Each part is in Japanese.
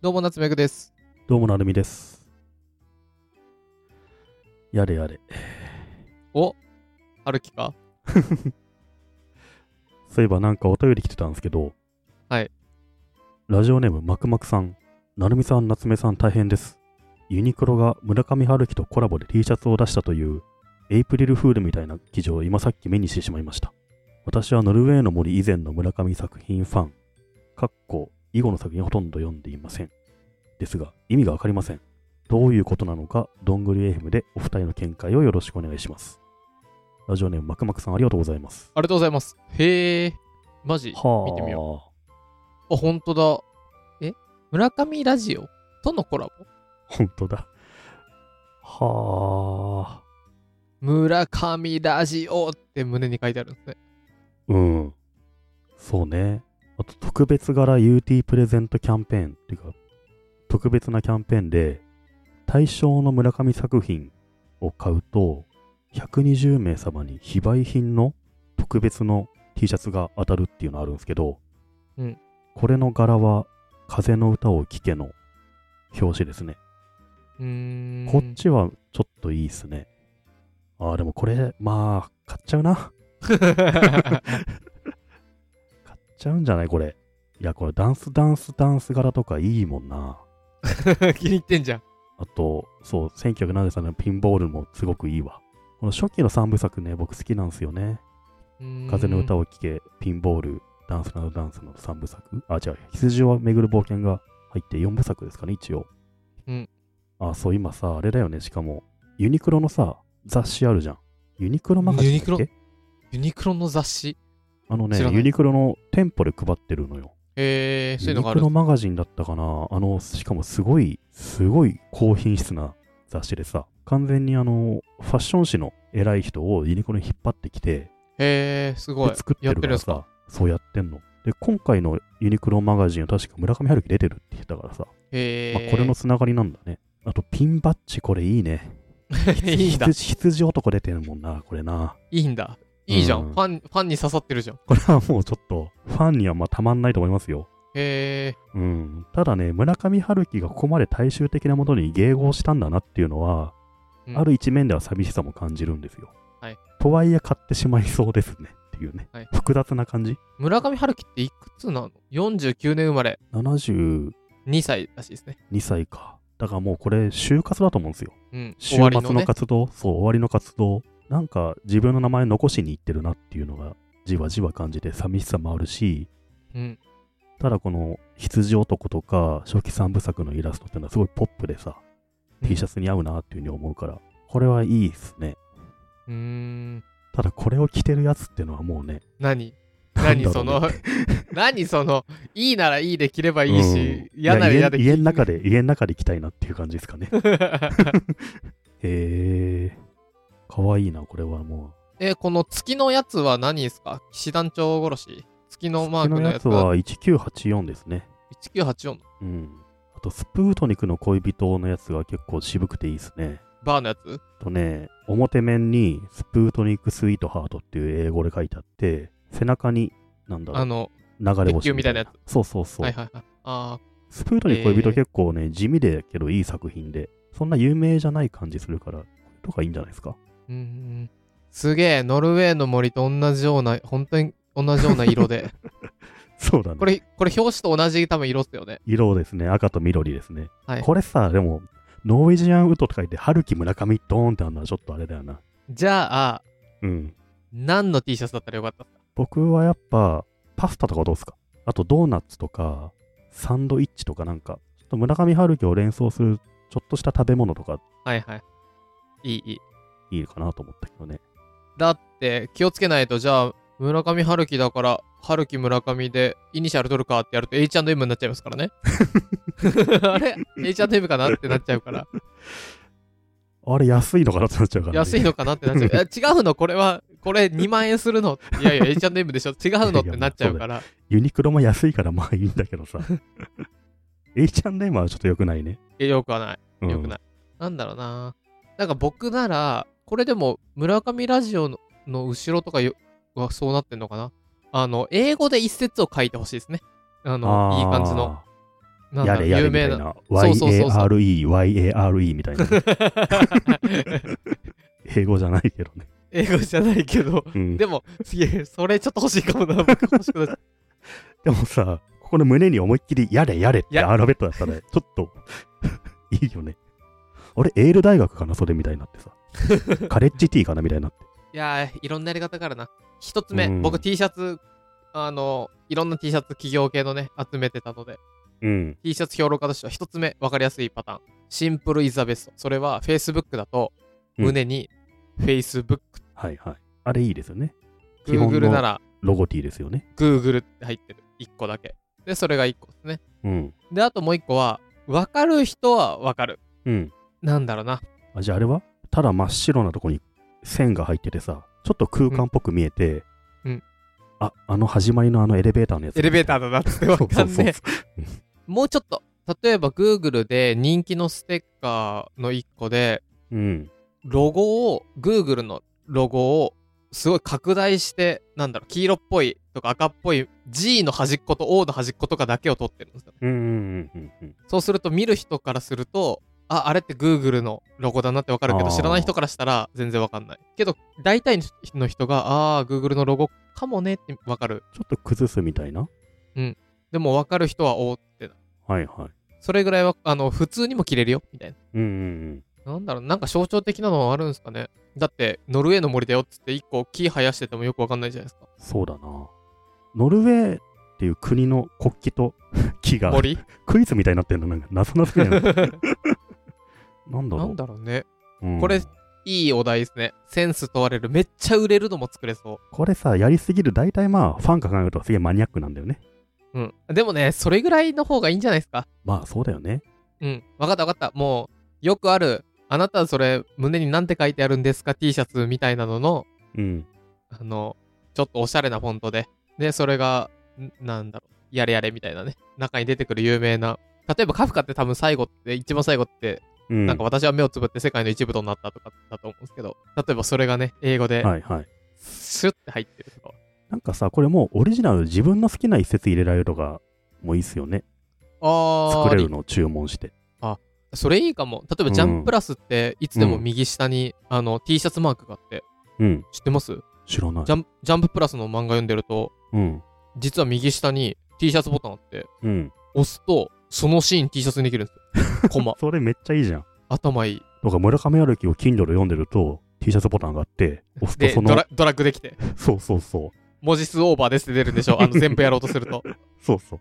どうも、夏目くです。どうもなるみです。やれやれ。お春樹かそういえばなんかお便り来てたんですけど。はい。ラジオネームまくまくさん。なるみさん、夏目さん大変です。ユニクロが村上春樹とコラボで T シャツを出したというエイプリルフールみたいな記事を今さっき目にしてしまいました。私はノルウェーの森以前の村上作品ファン。かっこ、以後の作品ほとんど読んでいません。ですが、意味がわかりません。どういうことなのか、どんぐり FM でお二人の見解をよろしくお願いします。ラジオネームまくまくさんありがとうございます。ありがとうございます。へえ。マジ、はあ。見てみよう。あ、ほんとだ。え村上ラジオとのコラボ本当だ。はあ。村上ラジオって胸に書いてあるんですね。うん。そうね。あと、特別柄 UT プレゼントキャンペーンっていうか、特別なキャンペーンで、対象の村上作品を買うと、120名様に非売品の特別の T シャツが当たるっていうのあるんですけど、うんこれの柄は、風の歌を聴けの表紙ですね。うーん。こ っちはちょっといいっすね。ああ、でもこれ、まあ、買っちゃうな。買っちゃうんじゃないこれ。いや、これダンスダンスダンス柄とかいいもんな。気に入ってんじゃん。あと、そう、1973年のピンボールもすごくいいわ。この初期の3部作ね、僕好きなんですよね。うーん風の歌を聴け、ピンボール、ダンスなどダンスの3部作。あ、違う、羊を巡る冒険が入って4部作ですかね、一応。うん。あ、そう、今さ、あれだよね、しかも、ユニクロのさ、雑誌あるじゃん。ユニクロマガジンだっけユニクユニクロの雑誌。あのね知ら、ないユニクロの店舗で配ってるのよ。へえ、そういうのユニがあクるロ。マガジンだったかなあの、しかもすごい、すごい高品質な雑誌でさ、完全にあの、ファッション誌の偉い人をユニクロに引っ張ってきて、へえ、すごいで。作ってるかやらってるんさ、そうやってんの。で、今回のユニクロマガジンは確か村上春樹出てるって言ってたからさ、へえ。まあ、これのつながりなんだね。あと、ピンバッジこれいいね。 い いんだ。羊羊男出てるもんな、これな。いいんだ。いいじゃ。うんんファン、ファンに刺さってるじゃん。これはもうちょっと、ファンにはまあたまんないと思いますよ。へえ。うん、ただね、村上春樹がここまで大衆的なものに迎合したんだなっていうのは、うんある一面では寂しさも感じるんですよ。はいとはいえ買ってしまいそうですねっていうね、はい複雑な感じ。村上春樹っていくつなの ?49 年生まれ。 72 2歳らしいですね。歳か。だからもうこれ、就活だと思うんですよ。うん。週終わり末のねの。活動、そう、終わりの活動、なんか自分の名前残しに行ってるなっていうのが、じわじわ感じて寂しさもあるし、うん。ただこの羊男とか初期三部作のイラストっていうのはすごいポップでさ、うん T シャツに合うなっていうふうに思うから、これはいいっすね。うーん。ただこれを着てるやつっていうのはもうね、何何なんだそろうねの、 何その、いいならいいで着ればいいし、うん嫌ならいや嫌で着家家の中で、家の中で着たいなっていう感じで すかね。へえー、かわいいな、これはもえ、この月のやつは何ですか騎士団長殺し。月う。のマークのやつ好きなはは1984ですね。 1984うん。あと、スプートニクの恋人のやつが結構渋くていいですね。バーのやつとね、表面にスプートニックスイートハートっていう英語で書いてあって、背中に、なんだろあう、の、流れ鉄星球みたいなやつ。そうそうそう。はいはいはい。あスプートニック恋え人ー結構ね、地味でけどいい作品で、そんな有名じゃない感じするから、とかいいんじゃないですか。ーうんうん。すげえ、ノルウェーの森と同じような、本当に同じような色 で。そうだね。これ、これ表紙と同じ多分色っすよね。色ですね、赤と緑ですね。はいこれさ、でも、ノーウェジアンウッドと書いて、春樹村上ドーンってあるのはちょっとあれだよな。じゃあ、うん。何の T シャツだったらよかったっすか僕はやっぱ、パスタとかどうですかあとドーナツとか、サンドイッチとかなんか、ちょっと村上春樹を連想する、ちょっとした食べ物とかはいはい。いいいい。いいかなと思ったけどね。だって気をつけないとじゃあ村上春樹だから春樹村上でイニシャル取るかってやると H&M になっちゃいますからね あれ H&M かなってなっちゃう からあれ安いのかなってなっちゃうから、ね。安いのかなってなっちゃ ういや違うのこれはこれ2万円するのいやいや H&M でしょ違うのってなっちゃう からユニクロも安いからまあいいんだけ どさ。H&M はちょっと良くないね。いやよくはなういんよくない、なんだろうななんか僕ならこれでも村上ラジオのの後ろとかよはそうなってんのかなあの英語で一節を書いてほしいですねあのいい感じのあなんやだれやれ有みた名いな。な。そうそうそうそう YARE、YARE みたい な。英語じゃないけどね。英語じゃないけど。うん、ででも、すげえ、それちょっと欲しいかもな。僕欲しく なっちゃうもさ、ここの胸に思いっきりやれやれってやアルファベットだっ たら、ちょっと いいよね。あれ、エール大学かなそれみたいになってさ。 カレッジ T かなみたいになって。いやー、いろんなやり方からな。一つ目、うん僕 T シャツ、あの、いろんな T シャツ企業系のね、集めてたので、うん。 T シャツ評論家としては一つ目、わかりやすいパターン。シンプルイズザベスト。それは Facebook だと、うん胸に Facebook、はいはい。あれいいですよね。基本の Google ならロゴ T ですよね。 Google って入ってる。一個だけ。で、それが一個ですね。うん。で、あともう一個は、わかる人はわかる。うん。なんだろうな。あじゃああれはただ真っ白なとこに線が入っててさ、ちょっと空間っぽく見えて、うんあ、あの始まりのあのエレベーターのやつ。エレベーターだなっつってわそうそかうんそねうえ。もうちょっと。例えば Google で人気のステッカーの一個で、うん。ロゴを Google のロゴをすごい拡大してなんだろう黄色っぽいとか赤っぽい G の端っこと O の端っことかだけを取ってるんですようんうんうんうんうん。そうすると見る人からするとああれって Google のロゴだなってわかるけあどー知らない人からしたら全然わかんないけど大体の人がああ Google のロゴかもねってわかるちょっと崩すみたいな。でもわかる人は O ってなはいはい。それぐらいはあの普通にも着れるよみたいなうんうんなんだろうなんか象徴的なのはあるんですかねだってノルウェーの森だよっつって1個木生やしててもよくわかんないじゃないですかそうだな。ノルウェーっていう国の国旗と 木が森クイズみたいになってんのなんかなぞな ぞみたいな。なんだろう。なんだろうね。うんこれいいお題ですね。センス問われる。めっちゃ売れるのも作れそこれさ、やりすぎる大体まあファンが考えるとすげえマニアックなんだよね。う。うん。でもね、それぐらいの方がいいんじゃないですか。まあそうだよね。うん。わかったわかった。もう、よくある、あなたはそれ、胸に何て書いてあるんですか ?T シャツみたいなのの、うん。あの、ちょっとおしゃれなフォントで。で、それが、んなんだろう。やれやれみたいなね。中に出てくる有名な。例えばカフカって多分最後って、一番最後って、うん、なんか私は目をつぶって世界の一部となったとかだと思うんですけど、例えばそれがね、英語で、はいはい。シュッて入ってるとか。なんかさ、これもうオリジナル自分の好きな一節入れられるとかもいいっすよね。あ作れあるのを注文して。それいいかも例えばうんジャンプラスっていつでも右下に、あの T シャツマークがあってうん。知ってます知らないジ。ャンジャンププラスの漫画読んでるとうん。実は右下に T シャツボタンあってうん。押すとそのシーン T シャツにできるんですよコマそれめっちゃいいじゃん。頭いいとか村上春樹を Kindle で読んでると T シャツボタンがあって、押すとでそドの、ラドラッグできてそうそうそう。文字数オーバーですって出るんでしょ あの全部やろうとするとそうそう。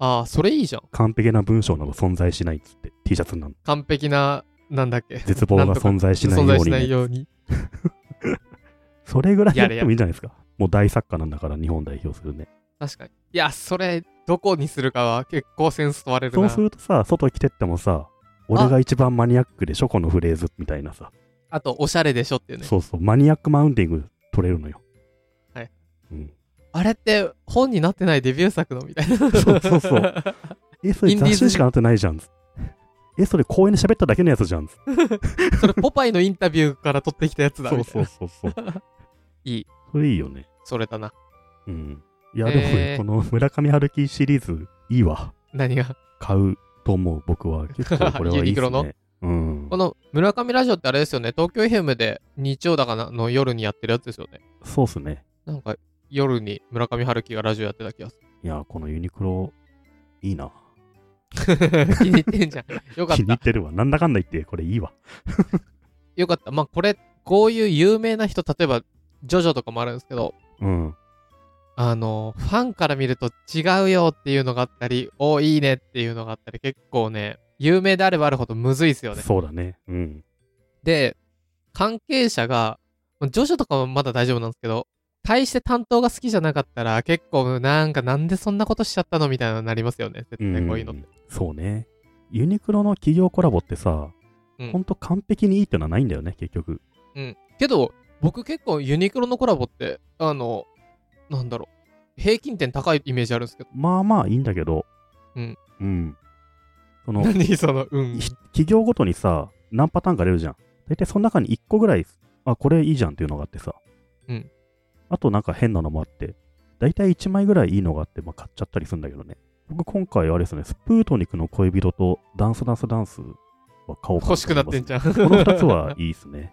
ああそれいいじゃん完璧な文章など存在しないっつって T シャツ になるの。完璧ななんだっけ絶望が存在しないよ存在うしになね、いようにそれぐらいややっれてやもいいんじゃないですか。もう大作家なんだから日本代表するね。確かにいやそれどこにするかは結構センス問われるそうなするとさ、外来てってもさ、俺が一番マニアックでしょ、このフレーズみたいなさ。あとおしゃれでしょっていうねそうそう、マニアックマウンティング取れる のよ。はい。うん。あれって本になってないデビュー作のみたいな。そうそうそうえ、それインディー雑ズ誌にしかなってないじゃん。え、それ公園で喋っただけのやつじゃ ん。そ それポパイのインタビューから取ってきたやつだみたいな。うそうそうそう。 いい。それいいよね。それだな。うん。いや、えでーもね、この村上春樹シリーズ、いいわ。何が。買うと思う、僕は。結構これはいい、ね。ユニクロのうんこ。の村上ラジオってあれですよね。東京 FM で日曜だかなの夜にやってるやつですよね。そうっすね。なんか夜に村上春樹がラジオやってた気がすいや、このユニクロ、いいな。る。 気に入ってんじゃん。よかっ気に入たっ。てるわ。なんだかんだ言って、これいいわ。よかった。まあこれ、こういう有名な人、例えばジョジョとかもあるんですけど、うん。あの、ファンから見ると違うよっていうのがあったり、おいいねっていうのがあったり、結構ね、有名であればあるほどむずいですよね。そうだね。うん。で、関係者が、ジョジョとかはまだ大丈夫なんですけど、対して担当が好きじゃなかったら、結構なんかなんでそんなことしちゃったのみたいなのになりますよね。絶対こういうのって。そうね。ユニクロの企業コラボってさ、うんほんと完璧にいいってのはないんだよね、結局。けど、僕結構ユニクロのコラボって、あの、なんだろう、平均点高いイメージあるんですけど、まあまあいいんだけど、うん。うん。その、何その、うん。ひ企業ごとにさ、何パターンか出るじゃん。大体その中に1個ぐらい、あ、これいいじゃんっていうのがあってさ。うん。あとなんか変なのもあって、大体1枚ぐらいいいのがあって、まあ買っちゃったりするんだけどね。僕今回あれですね、スプートニクの恋人とダンスダンスダンスは買おうか欲しくなってんじゃん。ゃん。この2つはいいですね。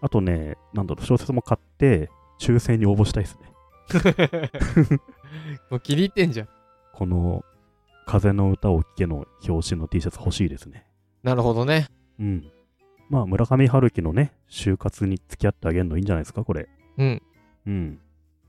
あとね、なんだろう、小説も買って、抽選に応募したいですね。もう気に入ってんじゃん。この、風の歌を聴けの表紙の T シャツ欲しいですね。なるほどね。うん。まあ、村上春樹のね、就活に付き合ってあげるのいいんじゃないですか、これ。うん。うん。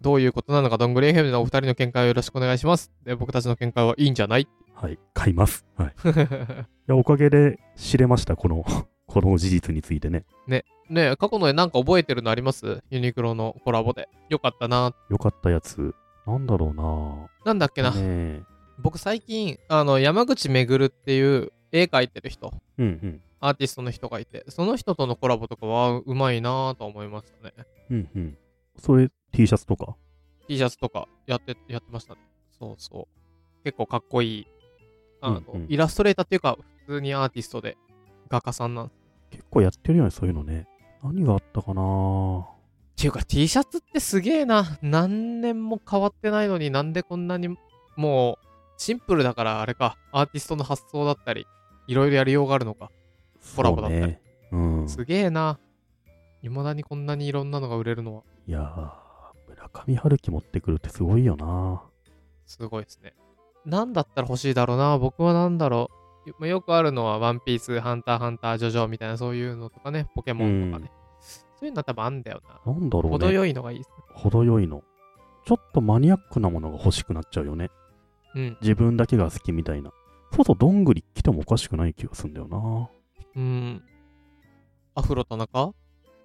どういうことなのか、どんぐり FM のお二人の見解をよろしくお願いします。で、僕たちの見解はいいんじゃない はい、買います。はい。いや、おかげで知れました、この、 この事実についてね。ねえ、過去の絵なんか覚えてるのありますユニクロのコラボで。よかったな。よかったやつ。なんだろうななんだっけな。ね僕最近、あの、山口めぐるっていう絵描いてる人、え。うんアーティストの人がいて、その人とのコラボとかはうまいなと思いましたね。うん。うんうん。それ、T シャツとか T シャツとかやって、やってましたね。そうそう。結構かっこいい。あの、うんうんイラストレーターっていうか、普通にアーティストで画家さんなんっ結構やってるよね、そういうのね。何があったかなていうか T シャツってすげえな。何年も変わってないのになんでこんなにもうシンプルだからあれか。アーティストの発想だったり、いろいろやりようがあるのか。コラボだったりそうね。うん。すげえな。未だにこんなにいろんなのが売れるのはいやー、村上春樹持ってくるってすごいよなすごいですね。なんだったら欲しいだろうな。僕はなんだろう。よまあよくあるのは、ワンピース、ハンター、ハンター、ジョジョみたいな、そういうのとかね、ポケモンとかね。そういうのは多分あんだよな。なんだろう程ね。よいのがいいですね。程よいの。ちょっとマニアックなものが欲しくなっちゃうよね。うん。自分だけが好きみたいな。そうそう、どんぐり来てもおかしくない気がするんだよな うん。アフロ田中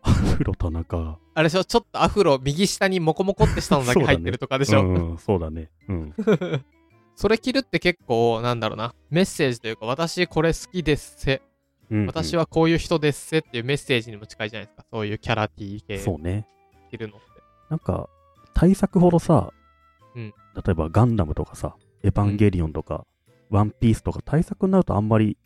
アフロ田中。あれでしょちょっとアフロ、右下にモコモコってしたのだけそうだね入ってるとかででしょそ,、うん、そうだね。 うん。れ着るって結構、なんだろうな。メッセージというか、私これ好きですせ。うん私、はこういう人ですせっていうメッセージにも近いじゃないですか。そういうキャラ T うん系そうね。着るのって。なんか、対策ほどさ、うん例えばガンダムとかさ、エヴァンゲリオンとか、ワンピースとか対策になるとあんまり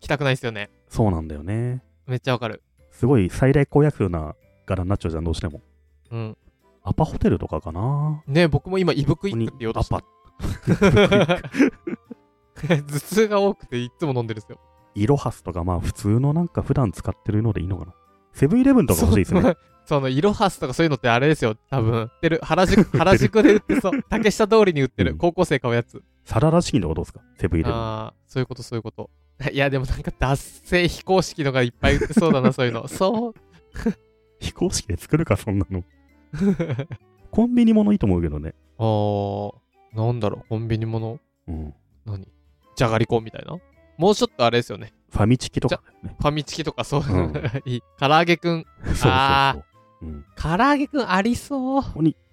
着たくないですよね。そうなんだよね。めっちゃわかる。すごい最大公約な柄になっちゃうじゃん、どうしても。うん。アパホテルとかかなね僕も今、イブクイックって言おうとアしたパ。。 頭痛が多くていつも飲んでるんですよ。イロハスとか、まあ普通のなんか普段使ってるのでいいのかな。セブンイレブンとか欲しいですね。その、イロハスとかそういうのってあれですよ。多分、売ってる。原 宿、原宿で売ってそう。竹下通りに売ってうる。ん高校生買うやつ。サラダチキンとかどうですかセブンイレブン。ああ、そういうこと、そういうこと。いや、でもなんか、脱製非公式のがいっぱい売ってそうだ な、そういうの。そう。非公式で作るか、そんな の。コンビニものいいと思うけどね。あー、なんだろう、コンビニもの。うん。何じゃがりこみたいな。もうちょっとあれですよね。ファミチキとかだよね。ファミチキとかそう。うん いい。唐揚げくん。そうそうあそう。うん、唐揚げくんありそう。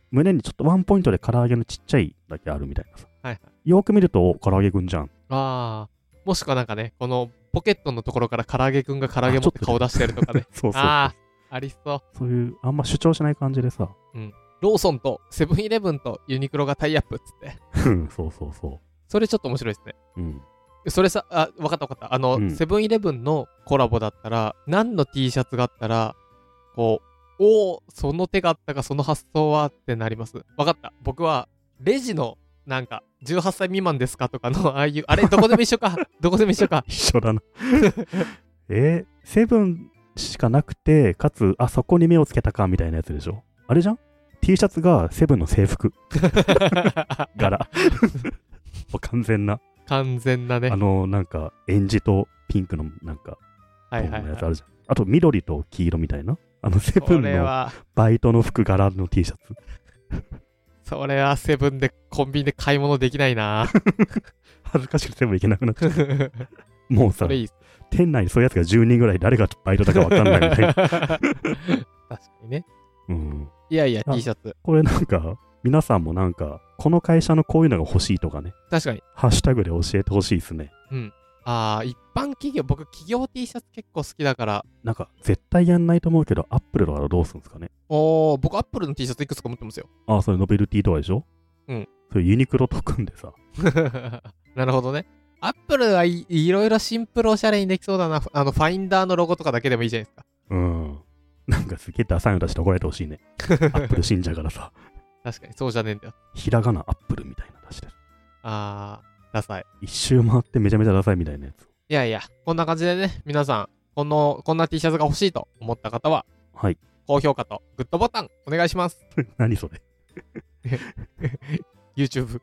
胸にちょっとワンポイントで唐揚げのちっちゃいだけあるみたいなさ。はいはいよーく見ると、お唐揚げくんじゃん。ああ。もしくはなんかね、このポケットのところから唐揚げくんが唐揚げあち持ょっってとね。顔出してるとかねそうそう。ああ、ありそう。そういう、あんま主張しない感じでさ。ローソンとセブンイレブンとユニクロがタイアップっつって。うんそうそうそそれちょっと面白いですね。う。うん。それさ、あ、わかったわかった。あのう、んセブンイレブンのコラボだったら、何の T シャツがあったら、こう、おお、その手があったか、その発想はってなります。わかった。僕は、レジの、なんか、18歳未満ですかとかの、ああいう、あれ、どこでも一緒か、 どこでも一緒か。一緒だな。 えーセブンしかなくて、かつ、あそこに目をつけたかみたいなやつでしょ。あれじゃん ?T シャツがセブンの制 服、柄。もう完全な、完全なねあ。の、なんか、エンジとピンクの、なんか、はトいーンはい、のやつはあい。るじゃん。あと、緑と黄色みたいな。あの、セブそンれのは、バイトの服柄の T シャツ。それはセブンでコンビニで買い物できない な。恥ずかしくてセブン行けなくなっちゃう。もうそされ、いいっす。店内にそういうやつが10人ぐらい誰がバイトだかわかんない みたいな。確かにね。うん。いやいや、あ T シャツ。これなんか、皆さんもなんか、この会社のこういうのが欲しいとかね、確かに。ハッシュタグで教えてほしいですね。ああ、一般企業、僕、企業 T シャツ結構好きだから、なんか、絶対やんないと思うけど、アップルとかどうするんですかね。おー、僕、アップルの T シャツいくつか持ってますよ。 ああ、それノベルティとかでしょうん。それユニクロと組んでさ、なるほどね。アップルはい、いろいろシンプルおしゃれにできそうだな。あの、ファインダーのロゴとかだけでもいいじゃないですか。うん。なんかすげえダサいの出して怒られてほしいね。アッ プル信者からさ、確かに、そうじゃねえんだよ。ひらがなアップルみたいなの出してる。ああ、ダサい。一周回ってめちゃめちゃダサいみたいなやつ。 いやいや、こんな感じでね、皆さん、この、こんな T シャツが欲しいと思った方は、はい。高評価とグッドボタンお願いします。何それ YouTube。